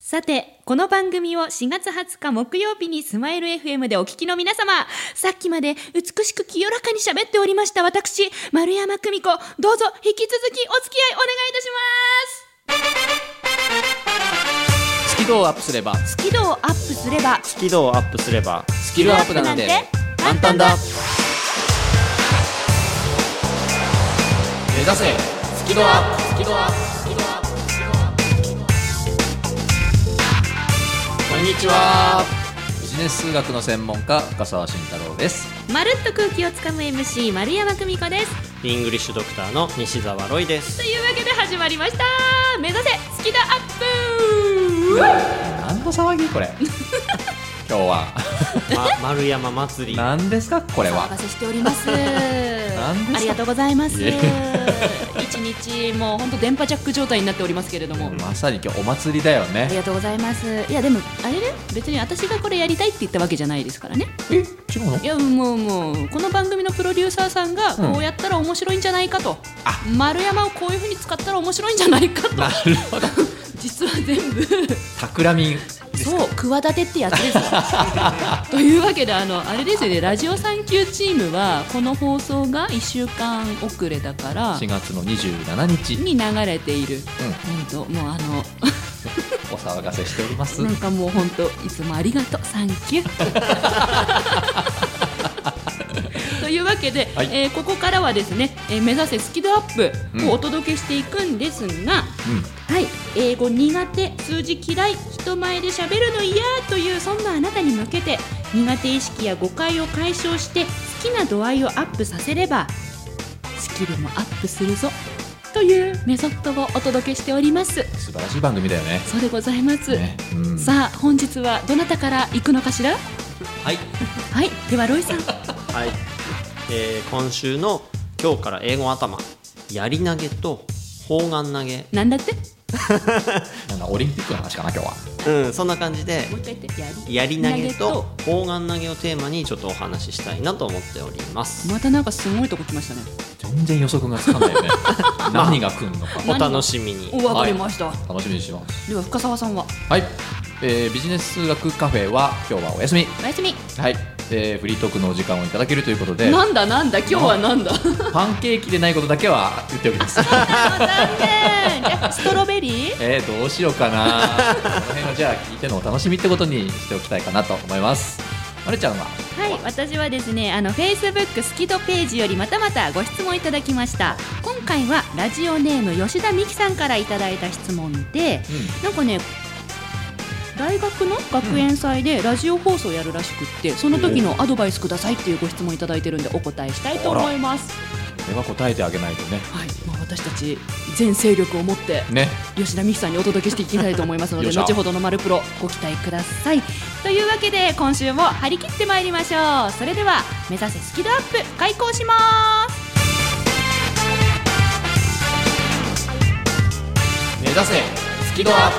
さて、この番組を4月20日木曜日にスマイル FM でお聞きの皆様、さっきまで美しく清らかに喋っておりました私、丸山久美子、どうぞ引き続きお付き合いお願いいたします。スキルをアップすればスキルをアップすれば、スキルをアップすればススキルアップなんて簡単だ目指せスキルアップスキルアップスキルアップこんにちはビジネス数学の専門家深澤慎太郎ですまるっと空気をつかむ MC 丸山久美子です。イングリッシュドクターの西澤ロイです というわけで始まりました目指せスキルアップ何の騒ぎ これ今日はま、丸山祭り何ですかこれおは任せしております ですかありがとうございますい 一日えもう本当電波ジャック状態になっておりますけれども、あまさに今日お祭りだよりねがとうございますいやでもあれね別に私がこれやりたいって言ったわけじゃないですからねえ違うのいやもうもうこの番組のプロデューサーさんがうんこうやったら面白いんじゃないかと、丸山をこういうふうに使ったら面白いんじゃないかとなるほど実は全部企みそう企てってやつですよ というわけであのあれですよねラジオサンキューチームはこの放送が1週間遅れだから4月の27日、に流れているう本当もうあのん、お騒がせしておりますなんかもう本当いつもありがとうサンキューというわけで、はいえーここからはですね、えー目指せスキルアップをお届けしていくんですが、うはい、英語苦手、数字嫌い、人前で喋るの嫌というそんなあなたに向けて苦手意識や誤解を解消して好きな度合いをアップさせればスキルもアップするぞというメソッドをお届けしておりますん、素晴らしい番組だよね。そうでございます、ねうん、さあ本日はどなたから行くのかしらはい、はい、ではロイさんはい、えー今週の今日から英語頭やり投げと砲丸投げなんだってなんかオリンピックの話かな今日は。うんそんな感じでもう一回言ってやりやり投げと砲丸投げをテーマにちょっとお話ししたいなと思っておりますまたなんかすごいとこ来ましたね全然予測がつかな いよね。何が来るのかお楽しみにおわかりました、楽しみにします。では深澤さんははい、えービジネス数学カフェは今日はお休み。おやすみ、はい、えーフリートークのお時間をいただけるということで、なんだなんだ今日はなんだ パンケーキでないことだけは言っておきます。残念じゃあストロベリーえー、どうしようかな。この辺はじゃあ聞いてのお楽しみってことにしておきたいかなと思います。まるちゃんは、はい私はですねあの Facebook スキドページよりまたまたご質問いただきました今回はラジオネーム吉田美希さんからいただいた質問でなんかね大学の学園祭でラジオ放送やるらしくって、その時のアドバイスくださいっていうご質問いただいてるんでお答えしたいと思いますこれは答えてあげないとね。はい、まあ、私たち全勢力を持ってね、吉田美希さんにお届けしていきたいと思いますのよでっしゃ後ほどの「マルプロ」ご期待くださいというわけで今週も張り切ってまいりましょうそれでは目指せスキルアップ開講します目指せスキドアップ。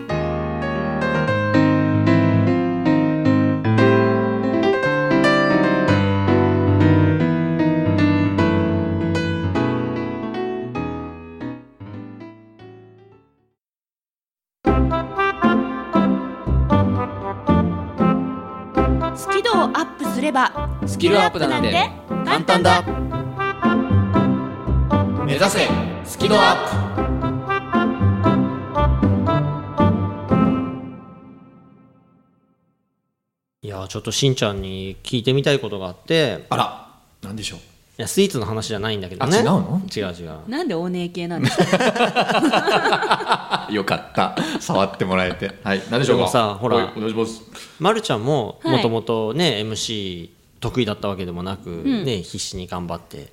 スキルをアップすればスキルアップなんて簡単だ目指せスキルアッいやーちょっとしんちゃんに聞いてみたいことがあってプあらなんでしょうやスイーツの話じゃないんだけどあ、ね違うの違う違うなんでおねえ系なん ですかよかった。触ってもらえて。はい。何でしょうでかもさほらはいお願いします。まるちゃんもはいもともとね、MC 得意だったわけでもなく、ね必死に頑張って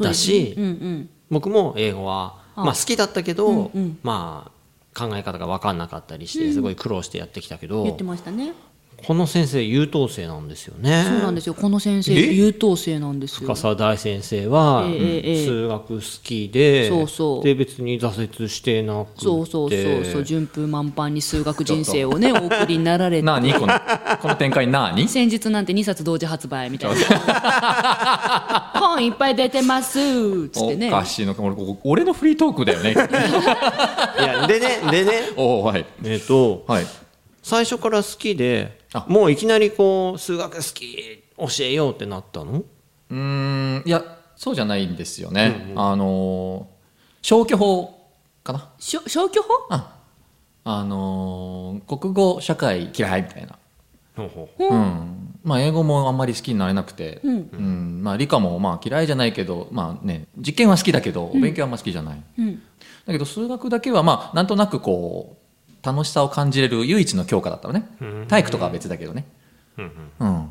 だし、うんうん僕も英語はあまあ、好きだったけど、うんうんまあ考え方が分かんなかったりしてすごい苦労してやってきたけど、言ってましたねこの先生優等生なんですよね。そうなんですよこの先生え優等生なんですよ深澤大先生は、ええええ数学好きでそうそうで別に挫折してなくてそうそうそうそう順風満帆に数学人生をねお送りになられてなあにこの、 この展開なあに先日なんて2冊同時発売みたいな 本いっぱい出てますつってねおかしいのか。俺、ここ俺のフリートークだよ ね。いやでねでねおおはい。えっとはい。最初から好きであもういきなりこう数学好き教えようってなったのうーん、いや、そうじゃないんですよね。あのー消去法かな。しょ消去法あのー国語、社会嫌いみたいな。ほうほうん。まあ、英語もあんまり好きになれなくて、うんうんまあ、理科もまあ嫌いじゃないけど、まあね、実験は好きだけど、お勉強はあんま好きじゃない。うんだけど、数学だけは、まあ、なんとなくこう、楽しさを感じれる唯一の教科だったのね。体育とかは別だけどね。ううんうん。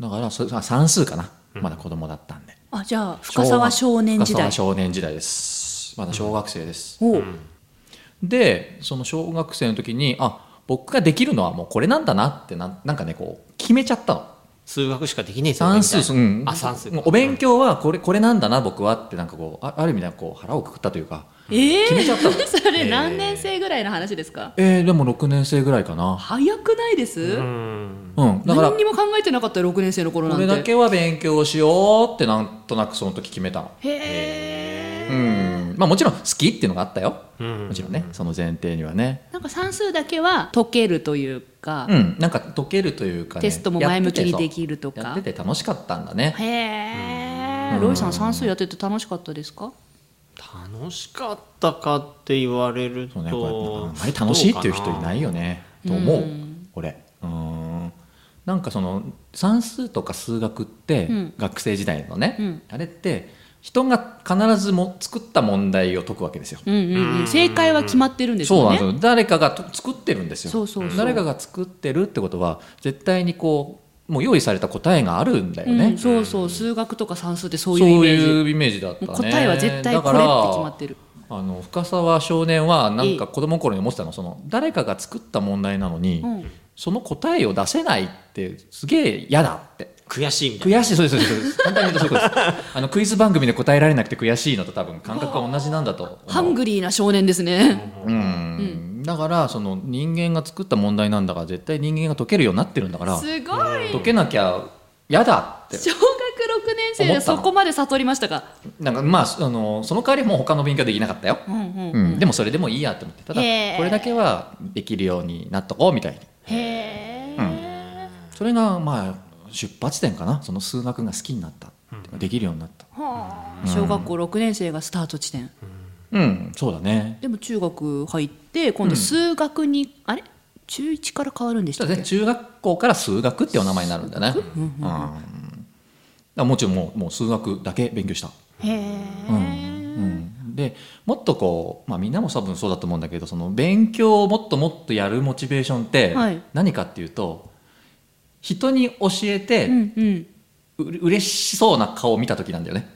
だから、そあ算数かな。まだ子供だったんで。あじゃあ深沢少年時代深沢少年時代です。まだ小学生です。おうで、その小学生の時に、あ、僕ができるのはもうこれなんだなってなん、なんかね、こう、決めちゃったの。数学しかできねえぞ算数、みう、たいなんあ算数お勉強はこれこれなんだな僕はってなんかこうあある意味なんかこう腹をくくったというかええ決めちゃったの それ何年生ぐらいの話ですか、えー、でも6年生ぐらいかな早くないです、うんうんだから何こにも考えてなかったよ6年生の頃なんてれだけは勉強しようってなんとなくその時決めたのへえうんまあもちろん好きっていうのがあったようんもちろんねその前提にはねなんか算数だけは解けるというか、うんなんか解けるというか、ね、テストも前向きにできるとやかってて楽しかったんだねへえ、ロイさん算数やってて楽しかったですか楽しかったかって言われるそとうねこれあんまり楽しいっていう人いないいよねと思ううん俺うーんなんかその算数とか数学って、うん学生時代のね、うんあれって人が必ずも作った問題を解くわけですよ。うんうんうん正解は決まってるんですそうよなんねですよ誰かがと作ってるんですよそうそうそう誰かが作ってるってことは絶対にこうもう用意された答えがあるんだよね、うんそうそう数学とか算数ってそそういううイメージいうイメージだったねもう答えは絶対これって決まってるあの深沢少年はなんか子供の頃に思ってたのその誰かが作った問題なのに、うんその答えを出せないってすげえ嫌だって悔しいみたいな悔しいそうですそうですそうです簡単に言うとそういうことですあのクイズ番組で答えられなくて悔しいのと多分感覚は同じなんだと思うハングリーな少年ですねうん、だからその人間が作った問題なんだから絶対人間が解けるようになってるんだからすごい解けなきゃ嫌だって小学6年生でそこまで悟りましたかなんかまああのその代わりもう他の勉強できなかったようんうんうん、でもそれでもいいやと思ってただこへーれだけはできるようになっとこうみたいにへえ、それがまあ出発点かなその数学が好きになったっていうかできるようになったはあ小学校6年生がスタート地点うん、そうだねでも中学入って今度数学に、あれ中1から変わるんでしたそうっだけ、ね中学校から数学ってお名前になるんだねうん、だからもちろんもうもう数学だけ勉強したへえ、うんでもっとこう、まあ、みんなも多分そうだと思うんだけどその勉強をもっともっとやるモチベーションってはい何かっていうと、人に教えて、うんうんう嬉しそうな顔を見た時なんだよね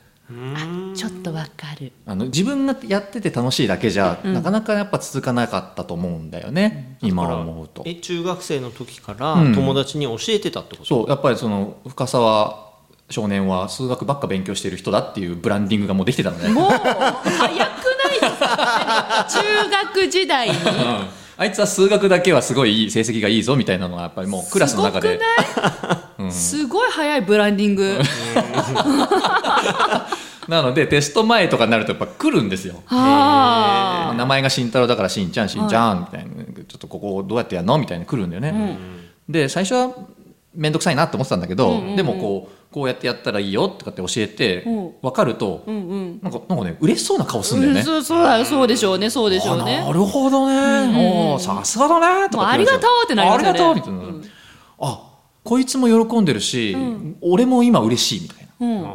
ちょっとわかるあの自分がやってて楽しいだけじゃ、うんなかなかやっぱ続かなかったと思うんだよね、今思うとえ中学生の時からうん友達に教えてたってこと、そうやっぱりその深沢少年は数学ばっか勉強してる人だっていうブランディングがもうできてたのね、うんもう早くないですか中学時代にあいつは数学だけはすごいいい成績がいいぞみたいなのがやっぱりもう クラスの中ですごくない、すごい早いブランディングなのでテスト前とかになるとやっぱ来るんですよはあ名前が慎太郎だからしんちゃんしんちゃんみたいな、ちょっとここどうやってやるのみたいに来るんだよね、で最初は面倒くさいなって思ってたんだけど、でもこうこうやってやったらいいよとかって教えてうん分かると、うんうんなんかなんかね嬉しそうな顔するんだうよんね、そうそうだそうでしょうねそうでしょうあねなるほどね、おーさすがだねとか言われもてうありがとうってなりますよねありがとうみたいな、あこいつも喜んでるし、俺も今嬉しいみたいなうん、あー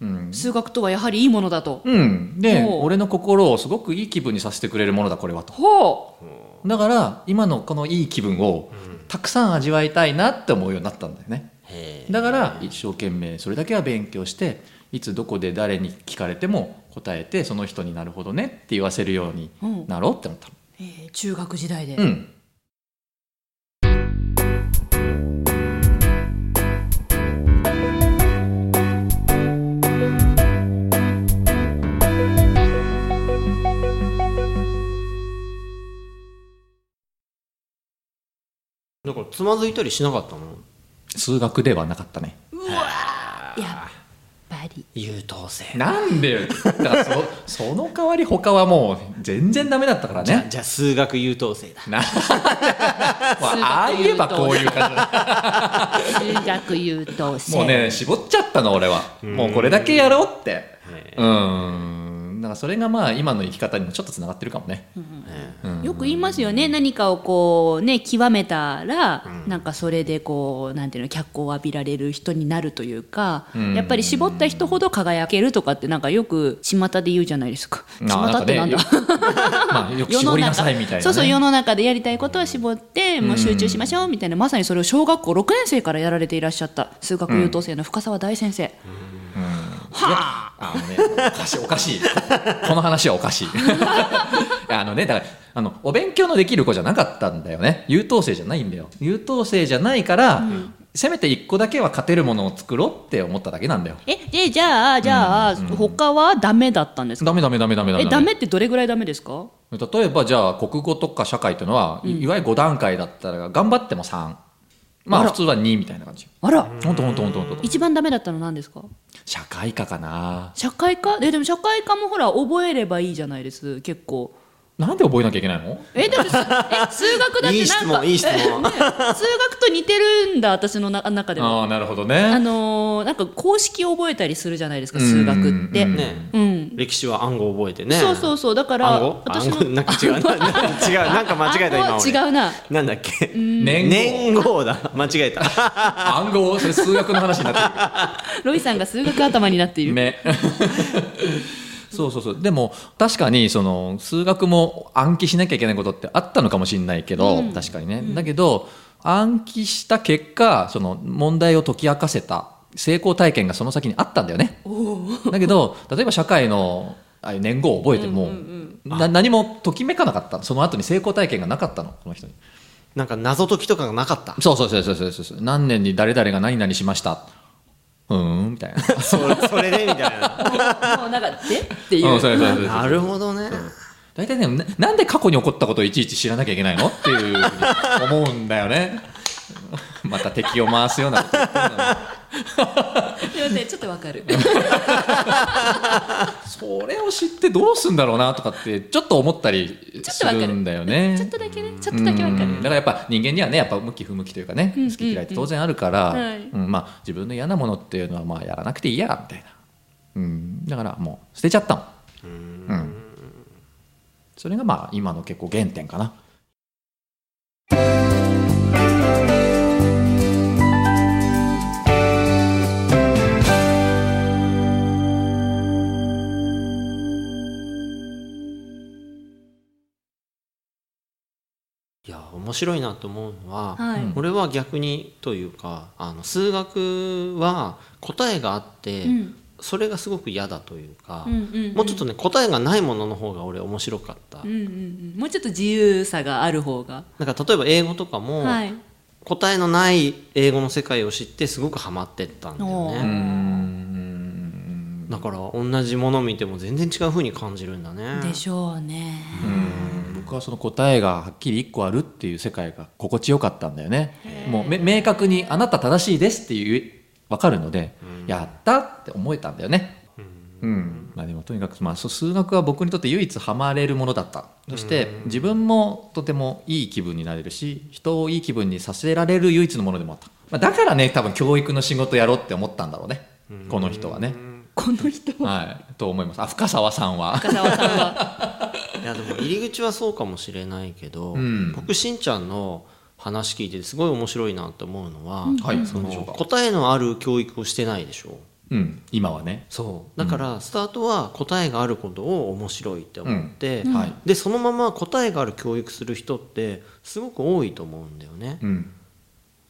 うん数学とはやはりいいものだと、うん、でほう俺の心をすごくいい気分にさせてくれるものだこれはとほうだから今のこのいい気分をたくさん味わいたいなって思うようになったんだよねへだから一生懸命それだけは勉強していつどこで誰に聞かれても答えてその人になるほどねって言わせるようにうんなろうって思ったのえー中学時代で、うんなんかつまずいたりしなかったの数学ではなかったねやっぱり優等生なんでよだから そその代わり他はもう全然ダメだったからじゃあねじゃあ数学優等生だまあ、ああ言えばこういう感じだ中学優等生もうね絞っちゃったの俺はもうこれだけやろうってうんだからそれがまあ今の生き方にもちょっとつながってるかもねよく言いますよね何かをこうね極めたら、なんかそれでこうなんていうの脚光を浴びられる人になるというか、んやっぱり絞った人ほど輝けるとかってなんかよく巷で言うじゃないですか巷ってなんだまあよく 絞りなさいみたいな、ね、そうそう世の中でやりたいことは絞ってもう集中しましょうみたいな、まさにそれを小学校6年生からやられていらっしゃった数学優等生の深澤大先生、あのね、おかしい、おかしい。この話はおかしい。い やあのね、だから、あの、お勉強のできる子じゃなかったんだよね。優等生じゃないんだよ。優等生じゃないから、せめて一個だけは勝てるものを作ろうって思っただけなんだよ。えでじゃあじゃあ、他はダメだったんですかダメダメダメダメダメ。えダメってどれぐらいダメですか例えば、じゃあ、国語とか社会というのは、いいわゆる5段階だったら、頑張っても3。まああ、ら普通は2みたいな感じ。あら、ほんとほんとほんとほんと。一番ダメだったの何ですか社会科かな。社会科えでも社会科もほら覚えればいいじゃないです結構なんで覚えなきゃいけないのえでもすえ数学だってなんかいい質問いい質問ね数学と似てるんだ私のな中ではああ、なるほどあね。のーなんか公式覚えたりするじゃないですか数学ってうんねうん歴史は暗号覚えてねそうそうそうだから暗号私の暗号なんか違うななんか違うなんか間違えた今あ違俺うななんだっけ年号年号だ間違えた暗号、それ数学の話になってる。ロイさんが数学頭になっている、 ねそうそうそうでも確かにその数学も暗記しなきゃいけないことってあったのかもしれないけど、確かにね、だけど暗記した結果その問題を解き明かせた成功体験がその先にあったんだよねだけど例えば社会のああいう年号を覚えても、な何もときめかなかったのその後に成功体験がなかったのこの人になんか謎解きとかがな かったそうそうそうそうそうそう何年に誰々が何々しましたうーんみたいなそれそれでみたい なもうなんかでっていう、うんそうそうそうそうなるほどね大体ねななんで過去に起こったことをいちいち知らなきゃいけないのっていうふうに思うんだよね また敵を回すようなこと言ってんだすいませんちょっとわかるなそれを知ってどうすんだろうなとかってちょっと思ったりちょっすとわかるるんだよねちょっとだけねちょっとだけわかうるんだからやっぱ人間にはねやっぱ向き不向きというかねうん好き嫌いって当然あるから、うんうんはいうんまあ、自分の嫌なものっていうのはまあやらなくていいやみたいな、うん、だからもう捨てちゃったのうん、それがまあ今の結構原点かないや面白いなと思うのは、はいうん俺は逆にというかあの数学は答えがあって、うんそれがすごく嫌だというか、うんうんうんもうちょっとね答えがないものの方が俺面白かった、うんうんうん、もうちょっと自由さがある方が、なんか例えば英語とかも、はい、答えのない英語の世界を知ってすごくハマってったんだよおね、だから同じもの見ても全然違う風に感じるんだねでしょうね、僕はその答えがはっきり1個あるっていう世界が心地よかったんだよねもうめ明確に「あなた正しいです」っていう分かるので、やったって思えたんだよね。うんまあ、でもとにかく、まあ、そ数学は僕にとって唯一ハマれるものだったそして自分もとてもいい気分になれるし人をいい気分にさせられる唯一のものでもあった、まあ、だからね多分教育の仕事やろうって思ったんだろうねこの人はね、この人 ははい、と思いますあ深澤さんは深澤さんはいやでも入り口はそうかもしれないけど、ん僕しんちゃんの話聞いてすごい面白いなと思うのは、はいそそうでしょうのか答えのある教育をしてないでしょうん、今はね。そうだからスタートは答えがあることを面白いって思って、んはいでそのまま答えがある教育する人ってすごく多いと思うんだよね、うん。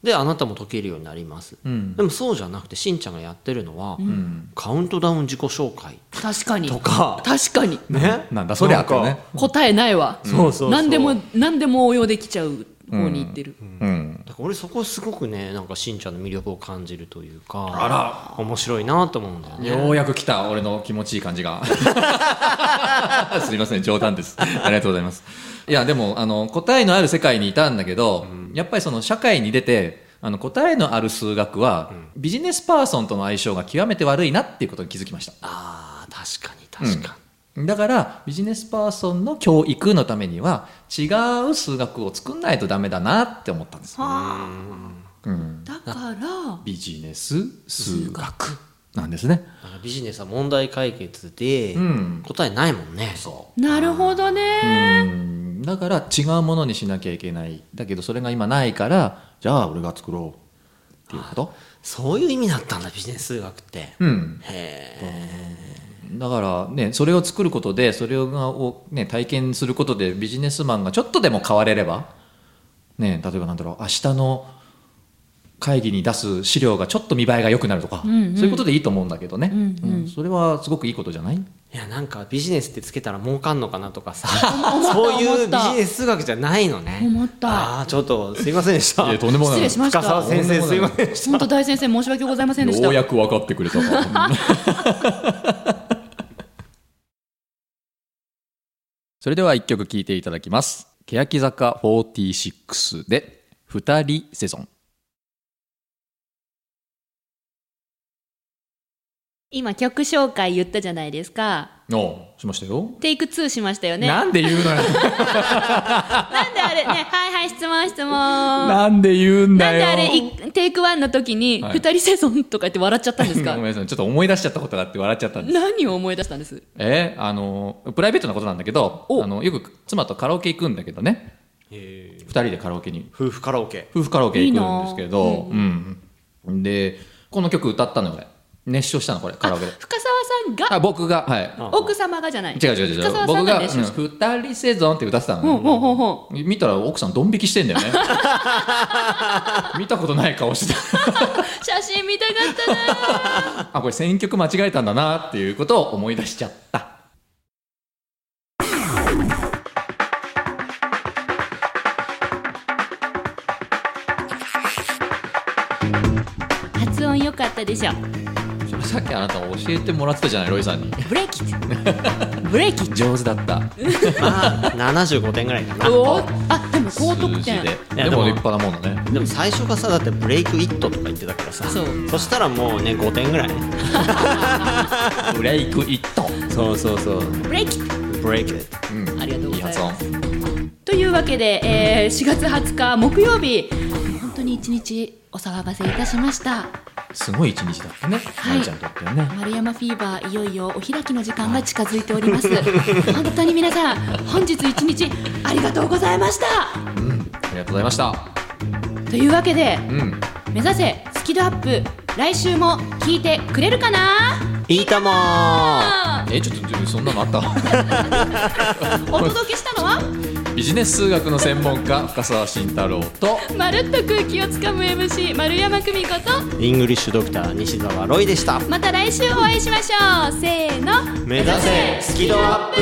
であなたも解けるようになります、うんで。もそうじゃなくてしんちゃんがやってるのは、うん。カウントダウン自己紹介確かにとか、確かにねなんだそりゃあとなんねか。答えないわ、そうそうそう何でも何でも応用できちゃう方にいってる、うん。だから俺そこすごくねなんかしんちゃんの魅力を感じるというあ、から面白いなと思うんだよねようやく来た、俺の気持ちいい感じ が。すみません、冗談です。ありがとうございます。いや、でも、あの、答えのある世界にいたんだけど、やっぱりその社会に出て、あの、答えのある数学は、ビジネスパーソンとの相性が極めて悪いなっていうことに気づきました。あー確かに確かに、だからビジネスパーソンの教育のためには違う数学を作んないとダメだなって思ったんです、うん、だからビジネス数学なんですね、だからビジネスは問題解決で、うん答えないもんねそなるほどね、うん、だから違うものにしなきゃいけないだけどそれが今ないからじゃあ俺が作ろうっていうことそういう意味だったんだビジネス数学ってうんへだからねそれを作ることでそれを、ね、体験することでビジネスマンがちょっとでも変われれば、ね、例えばなんだろう明日の会議に出す資料がちょっと見栄えが良くなるとか、そういうことでいいと思うんだけどね、うんうんうんそれはすごくいいことじゃないえいやなんかビジネスってつけたら儲かんのかなとかさったそういう思っビたジネス数学じゃないのね思ったああちょっとすいませんでしたいやとんでもない失礼しました深澤先生すいませんでし本当大先生申し訳ございませんでしたようやく分かってくれた わそれでは一曲聴いていただきます欅坂46で二人セゾン今曲紹介言ったじゃないですかおうしましたよテイク2しましたよねなんで言うの よ。 なんであれねはいはい質問質問なんなんで言うんだであよ。れいテイク1の時にはい二人セゾンとか言って笑っちゃったんですか ごめんなさい。ちょっと思い出しちゃったことがあって笑っちゃったんです。何を思い出したんですえあの、プライベートなことなんだけど、おあの、よく妻とカラオケ行くんだけどね。た二人でカラオケに、夫婦カラオケ夫婦カラオケ行くんですけど、うん、で、この曲歌ったのよ、俺。熱唱したの、これ、カ ラオケで。深澤さんがあ、僕が、はい。奥様がじゃない違う違う違深う澤さ僕んがが「でうんしょ二人セゾン」って歌ってたの、ほうほうほうほ見たら奥さんドン引きしてんだよね見たことない顔してた写真見たかったな あこれ選曲間違えたんだなっていうことを思い出しちゃった発音良かったでしょそれさっきあなた教えてもらってたじゃないロイさんにブレーキ ブレーキ上手だったまあ75点ぐらいかなおあでも高得数字点でいやででもも立派なもんだねでも最初がさだってブレイクイットとか言ってたからさそうしたらもうね5点ぐらいブレイクイットそうそうそうブレーキブレイクうんありがとうございますい発音というわけで、えー4月20日木曜日本当に一日お騒がせいたしましたすごい一日だったね、いまいちゃんにとってはね丸山フィーバーいよいよお開きの時間が近づいております本当に皆さん本日一日ありがとうございましたありがとうございましたというわけでうん目指せスキルアップ来週も聞いてくれるかないいともーえちょっとちょそんなのあった お届けしたのはビジネス数学の専門家深澤慎太郎とまるっと空気をつかむ MC 丸山久美子とイングリッシュドクター西澤ロイでしたまた来週お会いしましょうせーの目指せスキドアップ